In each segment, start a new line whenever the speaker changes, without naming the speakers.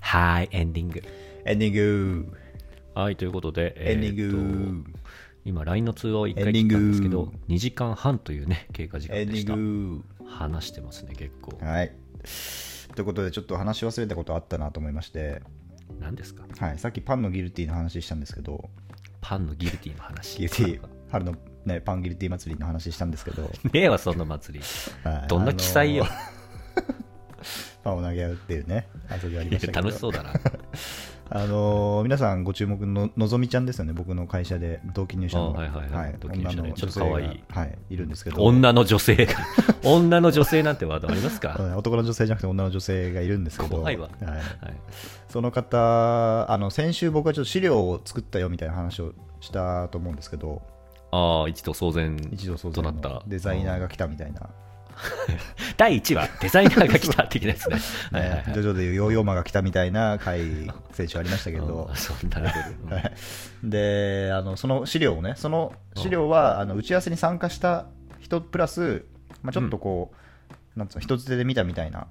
はい、エンディング。
エンディング
はい、ということで、
エンディ
えーっ
ング
と今、LINE の通話を1
エン
回
デ
切っ
ィング
たんですけど、2時間半というね、経過時間
エンデ
で
ィ
した。
ング
話してますね、結構。
はいということでちょっと話し忘れたことあったなと思いまして、
何ですか
はい、さっきパンのギルティの話したんですけど
パンのギルティの話。
ギル ティ春の、ね、パンギルティ祭りの話したんですけど、
ねえわ、そんな祭り。
はい
どんな記載 よ
あの。パンを投げ合うっていうね遊びがありましたけど
楽しそうだな。
あのー皆さんご注目ののぞみちゃんですよね、僕の会社で同期入社の、
あはいはいはい同期入
女
社ね
の
ちょっと
女性
可
が
愛い
はい、いるんですけど、
女の女性。女の女性なんてワードあります
う
か
ん男の女性じゃなくて女の女性がいるんですけど、
怖いわ
はい
はい。
その方あの、先週僕はちょっと資料を作ったよみたいな話をしたと思うんですけど、
ああ、一度騒然
一度そう
となった。
デザイナーが来たみたいな、
第1話、デザイナーが来た的なや つね。はいはいは
ねジョ
い
ジョでいうヨーヨーマが来たみたいな回、先週ありましたけど
あ、そんなレベル。
はいであのその資料をねその資料はあの打ち合わせに参加した人プラス、まあ、ちょっとこう、なんつうの人づてで見たみたいな、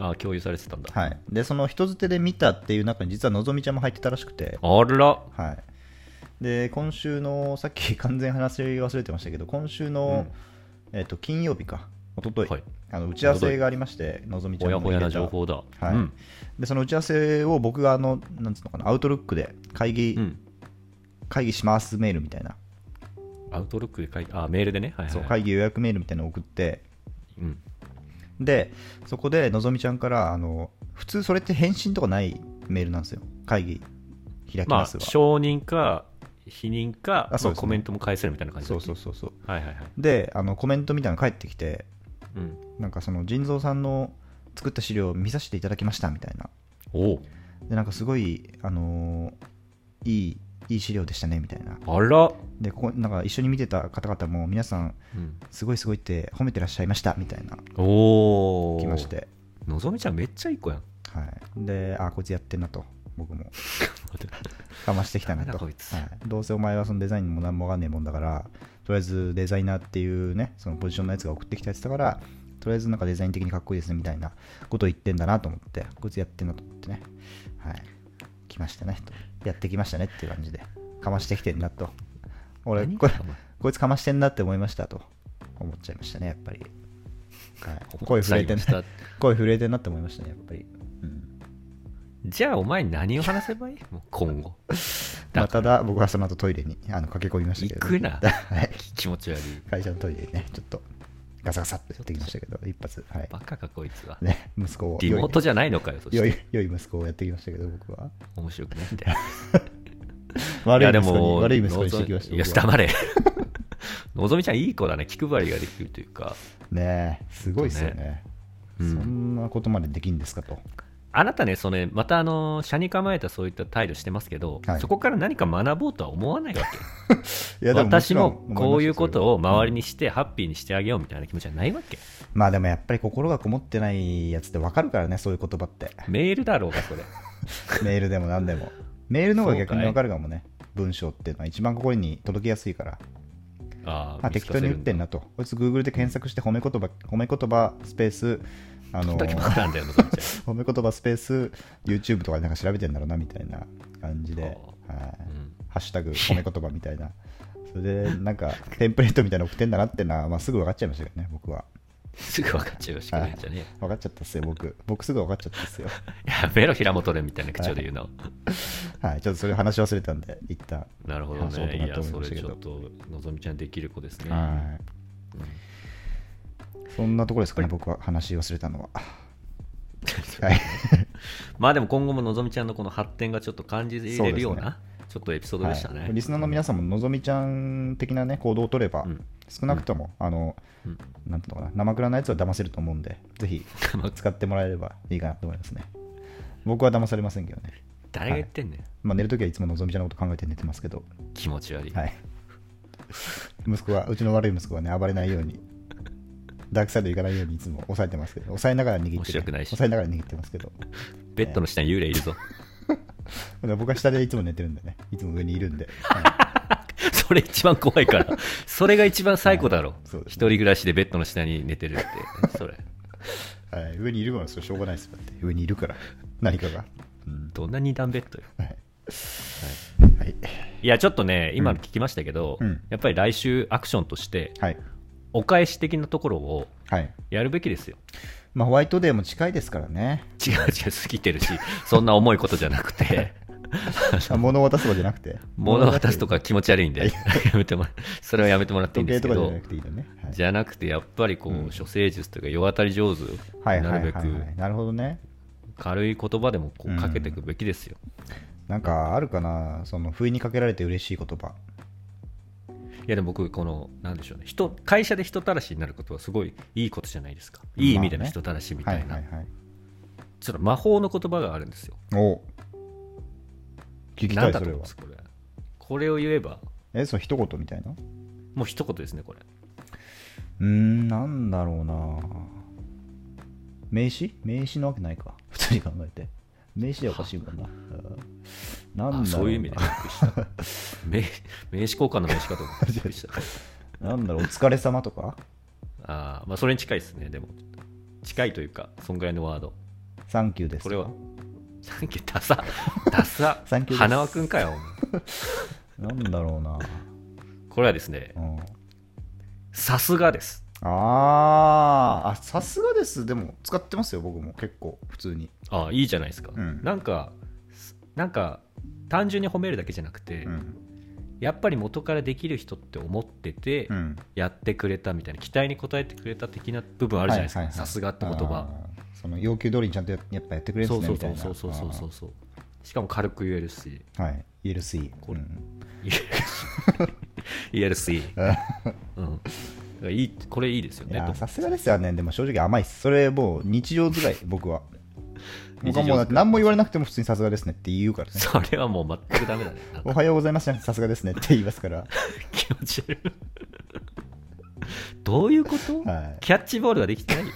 ああ、共有されてたんだ。
はい、でその人づてで見たっていう中に実はのぞみちゃんも入ってたらしくて、
あら。
はい、で今週のさっき 完全に話忘れてましたけど今週の、えっと金曜日か一昨日、
はい
あの打ち合わせがありましてのぞみちゃ
ほ
ん
やほ
も入れ
や
た
な情報だ。
はい
うん
でその打ち合わせを僕があのなんつうのかなアウトロックで会議、
うん。
会議しますメールみたいな
アウトロックで書いて、あ、メールでね。はいはいはい。
そう会議予約メールみたいなのを送って
うん。
でそこでのぞみちゃんからあの普通それって返信とかないメールなんですよ会議開き
ま
ま
あ、
すは、
承認か、否認か、
あそうで
ま
すね
あコメントも返せるみたいな感じ
そう
だ
そうそうそう
はいはいはい。
であのコメントみたいなの返ってきて
うん。
なんかその腎臓さんの作った資料を見させていただきましたみたいな
お
でなんかすごいあのーいいいい資料でしたねみたいな
お。あら。
でここなんか一緒に見てた方々も皆さん
うん、
すごいすごいって褒めてらっしゃいましたみたいな
おお。
来まし。て、
のぞみちゃんめっちゃいい子やん。
はい、であこいつやってんなと僕もかましてきたな
ダメだ
と
こいつ
はい、どうせお前はそのデザインも何もわかんねえもんだからとりあえずデザイナーっていうねそのポジションのやつが送ってきたやつだからとりあえずなんかデザイン的にかっこいいですねみたいなことを言ってんだなと思ってこいつやってんなと思ってねはい来ましたねとやってきましたねっていう感じでかましてきてんなと俺
何
これ
お前
こいつかましてんなって思いましたと思っちゃいましたねやっぱり、はい、声震えてん
最後
な
にし
声震えてんなって思いましたねやっぱり、うん
じゃあ、お前何を話せば いいもう今後。
まあ、ただ僕はその後トイレにあの駆け込みましたけど、ね、
行くな
はい、
気持ち悪い。
会社のトイレにねちょっとガサガサってやってきましたけど一発はい
バカか、こいつは。
ね息子を
リモートじゃないのかよ、そし
良
て
い良い息子をやってきましたけど僕は
面白くないんだよ。い
悪い
やで
息子に
も、
悪い息子にしてきまし
いや、
た僕は
黙れ。 のぞみちゃん、いい子だね。気配りができるというか、
ねえすごいですよね
うん
そんなことまでできんですかと、
あなたね、それまたあの、社に構えたそういった態度してますけど、
はい
そこから何か学ぼうとは思わないわ
い
け。
やでも
私
ちろん
もこういうことを
思いますよ
周りにして、ハッピーにしてあげようみたいな気持ちはないわけ。
それはまあでもやっぱり心がこもってないやつって分かるからねそういう言葉って
メールだろうが、それ。
メールでも何 でもメールの方が逆
そ
に
うかい
分かるかもね文章っていうのは一番心に届きやすいから
あ
あ適当に打ってん
な。
なと。こいつ Google で検索して褒め言葉、褒め言葉スペース、あの、
見つかせるんだどんだけバカ
褒
なんだよ、のぞみち ゃ
め言葉スペース、YouTube とかでなんか調べてんだろうなみたいな感じで、はい
ほん。うん
ハッシュタグ褒め言葉みたいな。それで、なんか、テンプレートみたいなの送ってんだなってのは、まあ、すぐ分かっちゃいましたけどね、僕は。
すぐ分かっちゃうしかないんじゃね
分かっちゃったっすよ、僕。僕すぐ分かっちゃったっすよ。
えやめろ、平本でみたいな口調で言うの。
はい、ちょっとそれ話忘れたんで、一旦。
なるほど
話そう
ね。
と
い
思って
や、
思い
そ
ま
れ
したけ
ち
ど
ょっと、のぞみちゃんできる子ですね。
はい。そんなところですかね、僕は話忘れたのは。はい。
まあでも今後ものぞみちゃんのこの発展がちょっと感じれるようなちょっとエピソードでしたね。
はいリスナーの皆さんものぞみちゃん的な、ね、行動を取れば、
うん
少なくとも、あの
うん
なんていうのかな生クラなやつは騙せると思うんでぜひ
まあ
使ってもらえればいいかなと思いますね僕は騙されませんけどね、
誰が言ってんねん、
まあ、寝るときはいつものぞみちゃんのこと考えて寝てますけど、
気持ち悪い。
はい、息子はうちの悪い息子はね暴れないようにダークサイド行かないようにいつも抑えてますけど抑えながら握ってね、
面白くないし
抑えながら握ってますけど
ベッドの下に幽霊いるぞ。
でも僕は下でいつも寝てるんでねいつも上にいるんで、はい
それ一番怖い から。それが一番最高だろ。
そうですね
一人暮らしでベッドの下に寝てるっ て。それ。
はい、上にいるからそれしょうがないですよだって上にいるから何かがうん
どんな二段ベッドよ。
はい
は
はい。
い、いや、ちょっとね、今聞きましたけど、
うん
やっぱり来週アクションとして、
はい。
お返し的なところを
はい。
やるべきですよ。
まあ、ホワイトデーも近いですからね。
違う違う、過ぎてるし、そんな重いことじゃなくて、
あ物を渡すとかじゃなくて。
物を渡すと
か。
か気持ち悪いんで、
はい
やめてもらそれはやめてもらっていいん
時
で
計
すけ
と
ど
かじゃな、くていいのね。はい
じゃなくて、やっぱりこ
うん
う、処世術というか、世当たり上手、
はいは
ないるべ
はい
く
はい。なるほどね。
軽い言葉でもこ
うん
うかけていくべきですよ。
なんかあるかな、その不意にかけられて嬉しい言葉。
いやでも僕このなんでしょうね人会社で人たらしになることはすごいいいことじゃないですかいい意味での人たらしみたいな、
はいはいはい。
ちょっと魔法の言葉があるんですよ
お聞きた
何
い、
だと
それ
思い
は
ま。すこれこれを言えば
え、その一言みたいなう
もう一言ですねこれ
ーん、なんだろうな。名詞名詞なわけないか。普通に考えて。名詞はおかしいもんな。うんなんだろう
あ
な
そういう意味でびっくり した名名刺交換の名刺かと思ってびっく りした
なんだろう、お疲れ様とか
あーまあそれに近いですねでも近いというかそんぐらいのワード
サンキューです。
これはサンキューダサダサ
サンキューです
花輪君かよお前
なんだろうな。
これはですね
うん、
さすがです
あーあ、さすがです。でも、使ってますよ、僕も。結構、普通に。
ああいいじゃないですか、
うん
なんかすなんか単純に褒めるだけじゃなくて、
うん。
やっぱり元からできる人って思ってて、
うん。
やってくれたみたいな期待に応えてくれた的な部分あるじゃないですか、
ははは
さすがって言葉
あーその要求通りにちゃんとややっぱやってくれるん
そう
です
そ
ね
う
みた
そ
いうな
そうそうそうそうそうしかも軽く言えるし
あーはい言えるし
これ
うん
言えるし、
あ
うん、だからいいこれいいですよ
い
ね
や
と
ーさすがですよねでも正直甘いっすそれもう日常 使い僕は
日常使い
僕はもうだって何も言われなくても普通にさすがですねって言うか らね
それはもう全くダメだねなん
お
か
はようございますじゃなくてさすがですねって言いますから
気持ち悪いどういうこと、
はい
キャッチボールができてないよ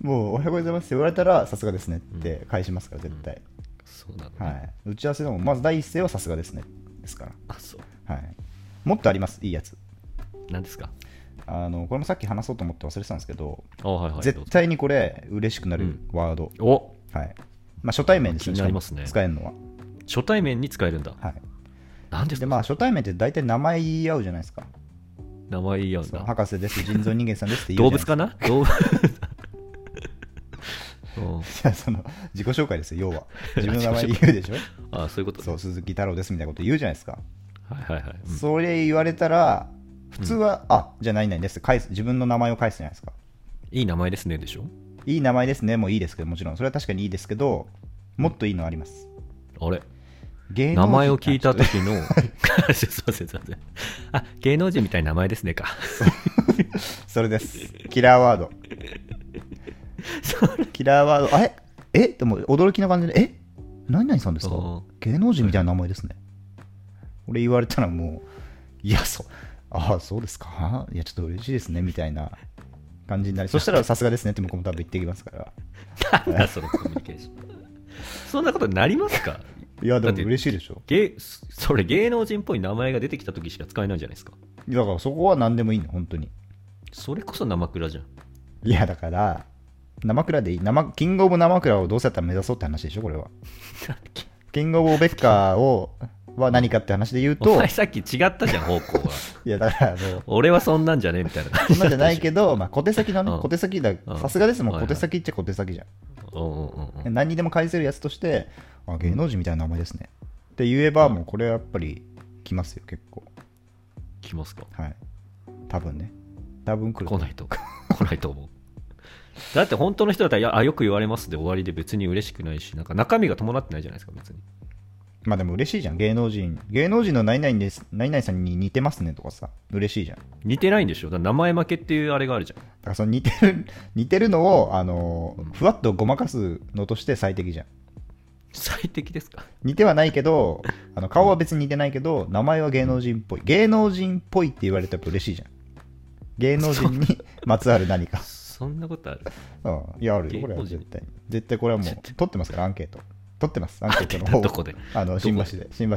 もうおはようございますって言われたらさすがですねって返しますから絶対、
そうなのね、
はい打ち合わせでもまず第一声はさすがですねですか
あそう
らはいもっとありますいいやつ
なんですか
あのこれもさっき話そうと思って忘れてたんですけど
あはいはい
絶対にこれ嬉しくなるワード、
どうぞお
はいまあ、初対面です
気
ね
になりますね
しかも使えるのは、
初対面に使えるんだ
はい、
なんです
で
か、
まあ初対面って大体名前言い合うじゃないですか
名前言い合うん
そう
だ
博 士です人造人間さんですって言
動
うじゃないで
物
す
かな動物 うん
いや その自己紹介です よ要は自分の名前言うでしょ
あそういうことね
そう鈴木太郎ですみたいなこと言うじゃないですか、
はいはいはい、うん
それ言われたら普通は、あじゃあ何々ですって返す自分の名前を返すじゃないですか
いい名前ですねでしょ
いい名前ですねもういいですけどもちろんそれは確かにいいですけどもっといいのあります
あれ
芸能人
名前を聞いた
あちょっ
時 のすいませんすいませんあ芸能人みたいな名前ですねか
とそれですキラー ワードキラーワード、あれえでも驚きな感じで、え何々さんです
う
か
ん
芸能人みたいな名前ですね。俺言われたらもう、いや、そう、ああ、そうですか。いや、ちょっと嬉しいですね、みたいな感じにな り、そしたらさすがですねって向こうも多分言ってきますから。
なんだそのコミュニケー ションそんなことになりますか
いや、で
だっ
も
て
嬉しいでしょ。
芸それ芸能人っぽい名前が出てきた時しか使えないじゃないですか
だからそこは何でもいいの、本当に。
それこそ生倉じゃん
いや、だから、生倉でいい。生キングオブ生倉をどうせやったら目指そうって話でしょ、これは。キングオブオベッカーをは何かって話で言う
お
と
前、さっき違ったじゃん方向が
いや、だから、あの
俺はそんなんじゃねえみたいな感
そ
じ
んなんじゃない
ど
け ど、まあ、小手先のね
う、ん
小手先だ
う、ん
さすがですもん、
はい
小
はい
手先っちゃ小手先じゃん。
うんうんうんうん
何にでも返せるやつとして、あ、芸能人みたいな名前ですね。って言えば、もうこれはやっぱり来ますよ、結構。
来ますか
はい。多分ね。多分来る。
来ないと来ないと思うだって本当の人だったらいやあよく言われますで終わりで別に嬉しくないしなんか中身が伴ってないじゃないですか別に
まあでも嬉しいじゃん、芸能人。芸能人の何々です、何々さんに似てますねとかさ、嬉しいじゃん。だか
似てないんでしょだから名前負けっていうあれがあるじゃん
らその似てる、 似てるのを、あのー、ふわっとごまかすのとして最適じゃん。
最適ですか
似てはないけど、あの顔は別に似てないけど、名前は芸能人っぽい。芸能人っぽいって言われたら嬉しいじゃん。芸能人にまつわる何か。
そんなことある
うん。いや、あるよ、これは絶対。絶対これはもう、取ってますから、アンケート。取ってます、アンケートの方を
どこで
あの、
どこ
新
で
橋で、新橋の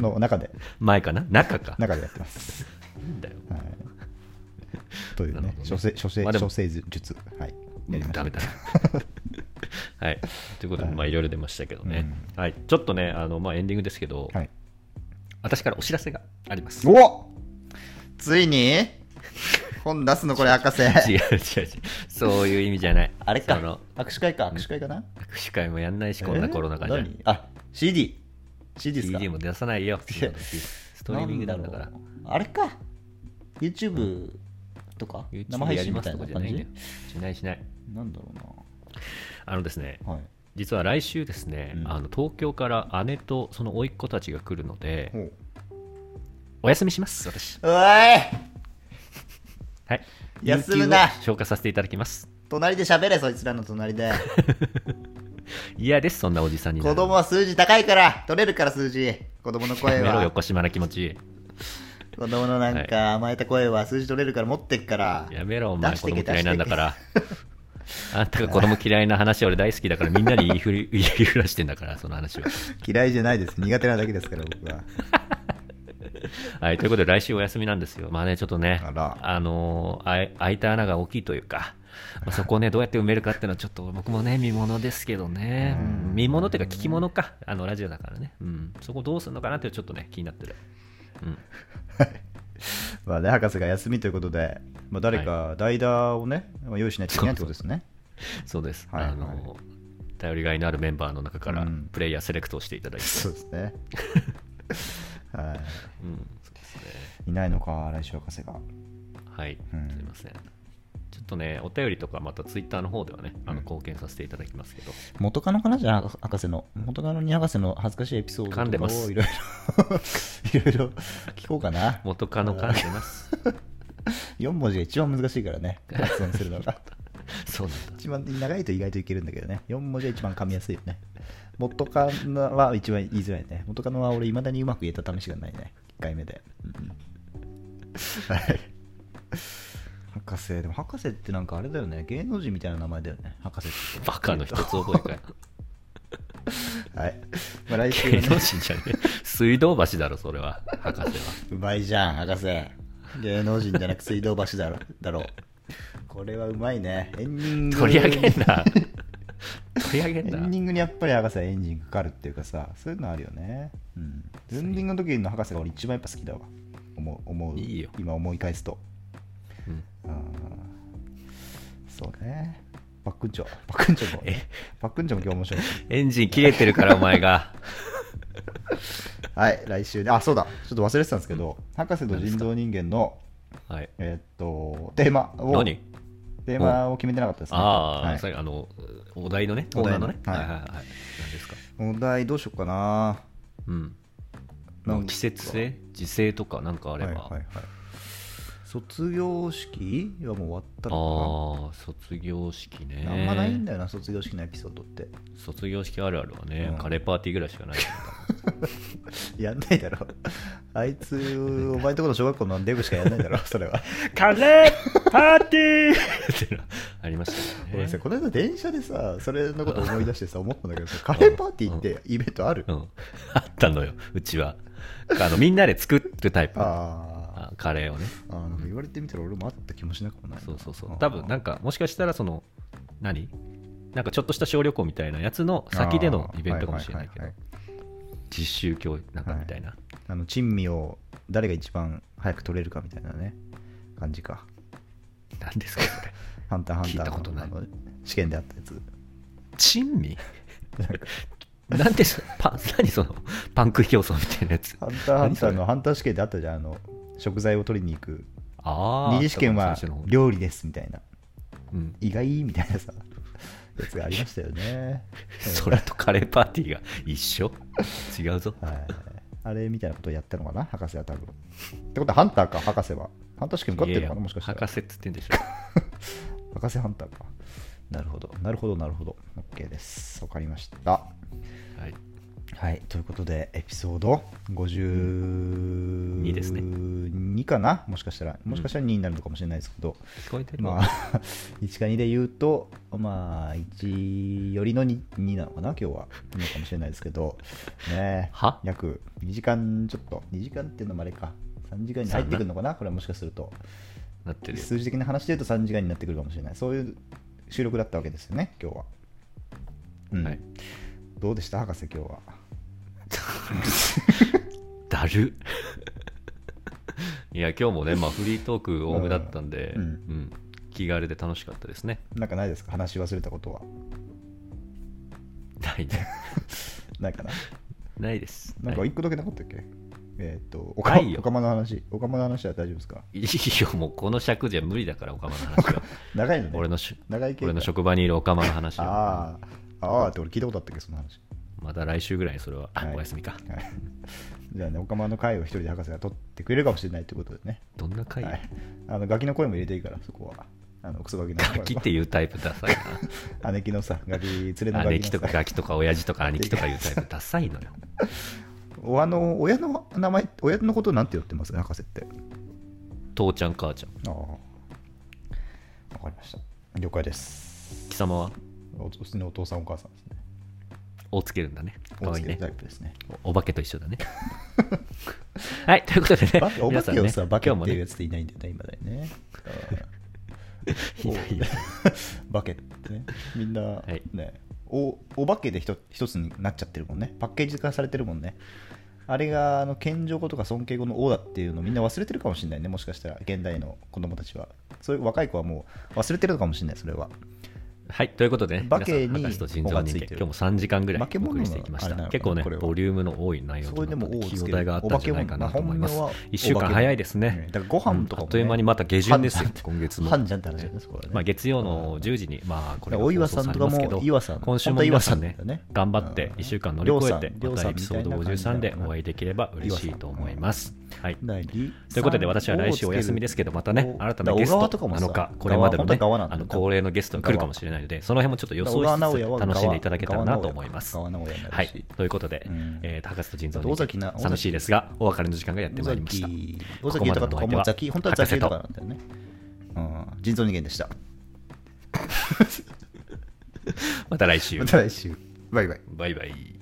の中で、
前かな中か
中でやってます。
なんだよ
はい。という
なる
ね
ほど、ね
処世、処世、
まあでも
処世術。はい。やりまし
ダ
た
メだはい、ということで、まあ、いろいろ出ましたけどね、
う
はい、ちょっとねあの、まあ、エンディングですけど、
はい
私からお知らせがあります。
おついに本出すのこれ博士
違う違う違うそういう意味じゃない
あれ
その
か握手会か握手会かな
握手会もやんないしこんなコロナ禍じゃ
え
ん
何あ CDCD ですか
CD も出さないよ
いや
ストリーミングなんだから
なんろうあれか YouTube とか
YouTube
生配信みた
やります
いな
とかじゃ
感
ないんだ
じ
よしないしない
なんだろ
あのですね
うなはい
実は来週ですね、
うん
あの東京から姉とその甥っ子たちが来るので、
ほう
お休みします私
おい
はい
休むな
有給を消化させていただきます
隣で喋れそいつらの隣 で
嫌ですそんなおじさんにな
子
る
供は数字高いから取れるから数字子供の
や
声
めろよ
は
こしまな気持ちいい
子供のなんか甘えた声は数字取れるから持ってっから
やめろお前
出し
子
て
供
け
嫌いなんだから あんたが子供嫌いな話俺大好きだからみんなに言いふり 言いふらしてんだからその話は
嫌いじゃないです苦手なだけですから僕は
はい、ということで来週お休みなんですよ。まあね、ちょっとね、
あ
あ
ら
のーあい開いた穴が大きいというか、まあ、そこをね、どうやって埋めるかっていうのはちょっと僕もね、見物ですけどね。うん見物っていうか聞き物か。あの、ラジオだからね。うん。そこどうするのかなってちょっとね、気になってる。うん。
まあね博士が休みということで、まあ、誰か代打をね、まあ用意しないといけないってことですね
そうです。
はいはい
あのー頼りがいのあるメンバーの中から
うん
プレイヤーセレクトをしていただいて、
そうですね は
うんそうですね
いいないのか来週博士が
はい、
うん
すいませんちょっとねお便りとかまたツイッターの方ではねあの貢献させていただきますけど、
元カノかなじゃあ博士の元カノに博士の恥ずかしいエピソード
噛んで
とか
ま
を
す
いろいろいろいろ聞こうかな
元カノから出 ます
4文字が一番難しいから ね発音するのが
そうなんだ
一番長いと意外といけるんだけどね4文字が一番噛みやすいよね元カノは一番言いづらいね元カノは俺いまだにうまく言えた試しがないね1回目で、うんはい博士でも博士ってなんかあれだよね芸能人みたいな名前だよね博士って
バカの一つ覚えかよ。
はい、まあ、来週
芸
はね
能人じゃねえ。水道橋だろ、それは。博士は。
うまいじゃん博士芸能人じゃなく水道橋だろ だろうこれはうまいねエンディング
取り上げん な。取り上げ
エ
ん
ンデ
な。
ィングにやっぱり博士はエンジンかかるっていうかさそういうのあるよねうんエンディングの時の博士が俺一番やっぱ好きだわ思う思う
いいよ
今思い返すと
うん
あーそうねパックンチョパックンチョもパックンチョも今日面白い
エンジン切れてるから、お前が。
はい来週であそうだちょっと忘れてたんですけど、博士と人造人間の
はい。
えーっとテーマを
何
テーマを決めてなかったですね。
あ
は
あ、
い
さっきあの、お題のね、コ
お
ーナー
題
の
の
ね。はいはいはい。何ですか
お題どうしようかな。
うん。
なんか
季節性時勢とかなんかあれば。
はいはいはい卒業式はもう終わった
あ
の
あ、卒業式
か
ね。
な。あんまないんだよな、卒業式のエピソードって。
卒業式あるあるはね、
うん
カレーパーティーぐらいしか ない。
やんないだろ。 あいつ、お前んとこの小学校のデブしかやんないだろ、 それは。
カレーパーティー ってのありました
ごめん
ね
なさい、。この間電車でさ、それのこと思い 出してさ、思ったんだけどさ、カレーパーティーってイベントある
うん、 あったのよ、うちは。あのみんなで作るタイプの
あー
あカレーをね。
あー、なんか言われてみたら俺もあった気もしなくもないな。
そうそうそう。多分なんか、もしかしたら、その、何なんかちょっとした小旅行みたいなやつの先でのイベントかもしれないけど
あーは、は
実習教育なんかみたいな。
ははいあの珍味を誰が一番早く取れるかみたいなね感じか
何ですか、それ。
ハンターハンター
聞
の
いたことない
あの試験であったやつ
珍味なんてそパン、何その、パン食い競争みたいなやつ。
ハンターハンター
何それ
のハンター試験であったじゃんあの食材を取りに行く
ああ。
二次試験は
最初の方
料理ですみたいな
うん。
意外みたいなさやつがありましたよね
それとカレーパーティーが一緒違うぞ。
はいあれみたいなことをやったのかな博士は多分ってことはハンターか博士はハンター試験受かってるのかなもしかしたら
博士っつってんでしょ。
博士ハンターかなるほどなるほどなるほど OK ですわかりました
はい。
はい、ということで、エピソード52
ですね
2かな、もしかしたら、もしかしたら2になるのかもしれないですけど、
聞こえてる
まあ、1か2で言うと、まあ、1よりの 2, 2なのかな、今日は、なのかもしれないですけど、ねえ
は
約2時間ちょっと、2時間っていうのもあれか、3時間に入ってくるのかな、これはもしかすると、
なってるよ。
数字的な話で言うと3時間になってくるかもしれない、そういう収録だったわけですよね、今日は。うん
はい
どうでした博士今日は
だる いや今日もね、まあ、フリートーク多めだったんで、
うん
うん気軽で楽しかったですね。
なんかないですか話し忘れたことは
ないね。
ないかな
ないです。
なんか
はい
一個だけなかったっけ、えーっと
な
おか
いよ
おかまの話おかまの話は大丈夫ですか
いいよ、もうこの尺じゃ無理だから、オカマの話 は。
長いのね
俺のし
長い系か
俺の職場にいるオカマの話は。
ああああって俺聞いたことあったっけその話
また来週ぐらいにそれは、あ
はい
お休みか。
はい じゃあね、オカマの会を一人で博士が取ってくれるかもしれないということでね、
どんな回、
はい、あのガキの声も入れていいから、そこは、あのクソガキの声
ガキっていうタイプダサい
姉貴のさ、ガキ連れの
な。
ガ
姉
キ
貴
の
と
さ
かガキとか親父とか兄貴とかいうタイプダサいのよ。
おあの親の名前、親のことなんて言ってます博士って。
父ちゃん、母ちゃん。
ああ、わかりました。了解です。
貴様は
お普通にお父さん、お母さんですね。
をつけるんだね。か
お
わ
つ
いい
ける
ね
タ。イ プですね。
お化けと一緒だね。 はい、ということで
バ
ね
ケ、お化けを
皆
さ、
んね
バケっ
今
て
日
いう
も
や
ね
つっていないんだよね、今だよね。
い ないよ
バケってね、みんな、
い
ね、おお化けで一一つになっちゃってるもんね、パッケージ化されてるもんね。あれがあの謙譲語とか尊敬語の「王だっていうのみんな忘れてるかもしれないね、もしかしたら現代の子供たちは。そういう若い子はもう忘れてるのかもしれない、それは。
はい、ということでね、
バケに
皆さん博士と腎臓
おがつい
人間、
てる
今日も3時間ぐらい
化け物
お送
の
りしていきまし
あれな
た。
のかな
結構ね
これ、は
ボリュームの多い内容
そ
と
れで
な
も
った
王を
ので、
つ
費用
ける
代があったんじゃないかなと思います
まあ本名は。
1週間早いですね
うん。だからご飯とかもね
あっという間にまた下旬ですよ
半じゃん、
今月も。
半じゃんって話だよねそこはね
まあ月曜の10時に、まあこれが放
お
送
岩さんとか
されます
も
けど
岩さん
今週
本当
も
は
岩
岩
さ
さ
ん
ん
ね
だよね、
頑張って
うん
1週間乗り越えて、
りょう
ま
さん
たエピソード
りょうさ
53
んみた
で
いな感じだよね
お会いできれば嬉しいと思います。はい。
なぎ
ということで私は来週お休みですけど、またね、新たなゲス
小
ト
川とかもさ
7日、これまでの,、ね、
側本当は側なんだ
あ
よ
の恒例のゲストが来るかもしれないので、その辺もちょっと予想
小川直也
しつ
は
つ楽しんでいただけたらなと思います。
側側直也にな
は
るし
い、ということで、
うん
えー、博士と腎臓
尾崎な尾
に
崎
寂しいですが、お別れの時間がやって
尾
まいりました。
崎尾崎豊とかもザキ本当はザキ豊なんだよねうん人造人間でした
また来週
ま。た来週バイバイ
バイバイ。